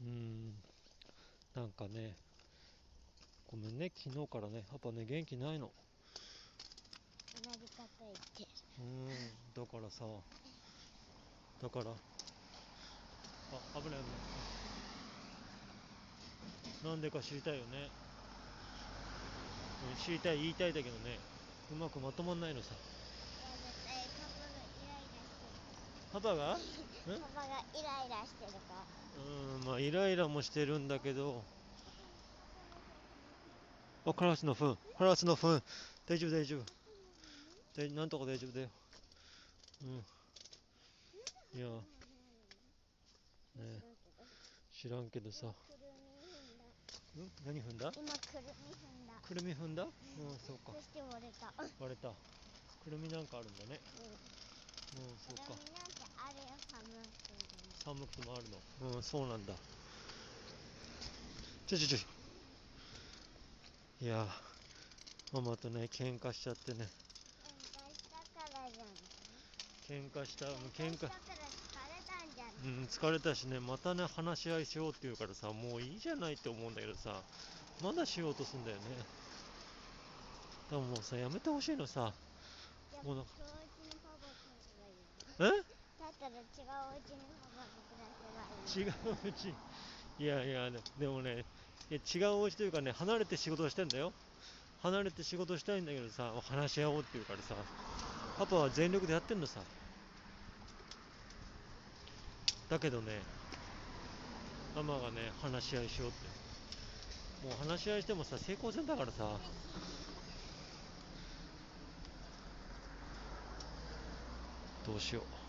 うーん、なんかね、ごめんね、昨日からね、パパね、元気ないの。同じこと言ってるうーん、だからさ、だから、あ、危ない危ない。なんでか知りたいよね。うん知りたい、言いたいだけどね、うまくまとまんないのさ。いや絶対パパがイライラしてるパパがうーん、まからパパがイライラしてるからあ、イライラもしてるんだけど、あ、カラスの糞、カラスの糞、大丈夫、大丈夫。で、なんとか大丈夫だよ。うん。いや、ね知らんけどさ。くるみ踏んだうん何踏んだ今くるみ踏んだくるみ踏んだうん、そうかそ。して折れたうん割れた。くるみなんかあるんだね。うん、くそうるか。みなんてあるよ寒いけ寒くどねもあるの。うん、そうなんだ。ちょちょちょ。いやー、ママとね、喧嘩しちゃってね。喧嘩したからじゃん喧嘩した、もう喧嘩した。から疲れたんじゃんうん、疲れたしね、またね、話し合いしようって言うからさ、もういいじゃないって思うんだけどさ、まだしようとすんだよね。でももうさ、やめてほしいのさ。じゃあもうな今日うちのパパとすればえいいだったら違ううちのパパと暮らせばい違いううち。 いやいや、ででもね、いや違うお家というかね、離れて仕事をしてんだよ。離れて仕事したいんだけどさ、話し合おうって言うからさ、パパは全力でやってんのさ。だけどね、ママがね、話し合いしようって。もう話し合いしてもさ、成功せんだからさ。どうしよう。